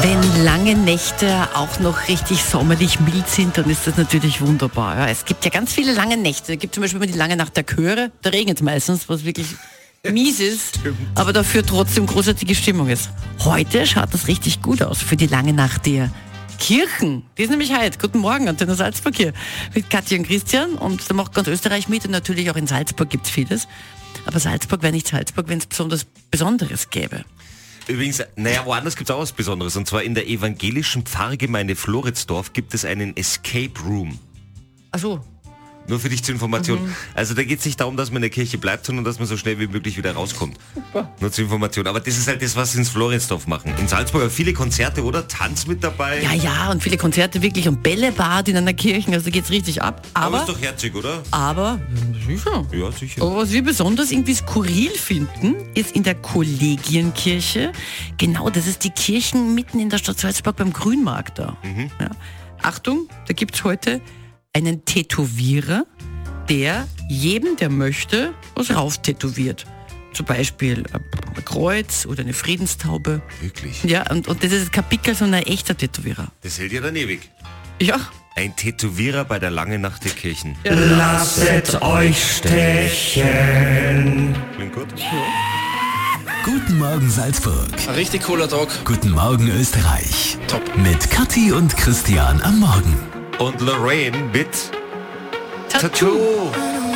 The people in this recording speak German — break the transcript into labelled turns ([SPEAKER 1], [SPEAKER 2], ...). [SPEAKER 1] wenn lange Nächte auch noch richtig sommerlich mild sind, dann ist das natürlich wunderbar. Ja. Es gibt ja ganz viele lange Nächte. Es gibt zum Beispiel immer die lange Nacht der Chöre. Da regnet es meistens, was wirklich mies ist, aber dafür trotzdem großartige Stimmung ist. Heute schaut das richtig gut aus für die lange Nacht der Kirchen. Die ist nämlich heute. Guten Morgen, Antenne Salzburg hier mit Katja und Christian. Und da macht ganz Österreich mit und natürlich auch in Salzburg gibt es vieles. Aber Salzburg wäre nicht Salzburg, wenn es besonders Besonderes gäbe.
[SPEAKER 2] Übrigens, naja, woanders gibt es auch was Besonderes. Und zwar in der evangelischen Pfarrgemeinde Floridsdorf gibt es einen Escape Room.
[SPEAKER 1] Also
[SPEAKER 2] Nur für dich zur Information.
[SPEAKER 1] Mhm.
[SPEAKER 2] Also da geht es nicht darum, dass man in der Kirche bleibt, sondern dass man so schnell wie möglich wieder rauskommt. Nur zur Information. Aber das ist halt das, was sie ins Floridsdorf machen. In Salzburg haben viele Konzerte, oder? Tanz mit dabei.
[SPEAKER 1] ja, ja, und viele Konzerte wirklich und Bällebad in einer Kirche, also geht's richtig ab.
[SPEAKER 2] aber
[SPEAKER 1] Aber, Oh.
[SPEAKER 2] ist doch herzig, oder?
[SPEAKER 1] aber, sicher.
[SPEAKER 2] Ja, sicher.
[SPEAKER 1] Aber was wir besonders irgendwie skurril finden, ist in der Kollegienkirche. Genau, das ist die Kirchen mitten in der Stadt Salzburg beim Grünmarkt da.
[SPEAKER 2] Mhm.
[SPEAKER 1] Ja. Achtung, da gibt es heute einen Tätowierer, der jedem, der möchte, was rauftätowiert. Zum Beispiel ein Kreuz oder eine Friedenstaube.
[SPEAKER 2] Wirklich.
[SPEAKER 1] Ja, und, und das ist kein Pickel, sondern ein echter Tätowierer.
[SPEAKER 2] Das hält ja dann ewig.
[SPEAKER 1] Ja,
[SPEAKER 2] Ein Tätowierer bei der Langen Nacht der Kirchen.
[SPEAKER 3] Lasset euch stechen.
[SPEAKER 2] Klingt gut.
[SPEAKER 4] Guten Morgen Salzburg.
[SPEAKER 5] Ein richtig cooler Tag.
[SPEAKER 4] Guten Morgen Österreich.
[SPEAKER 5] Top.
[SPEAKER 4] Mit Kathi und Christian am Morgen.
[SPEAKER 2] Und Lorraine mit
[SPEAKER 1] Tattoo.
[SPEAKER 2] Tattoo.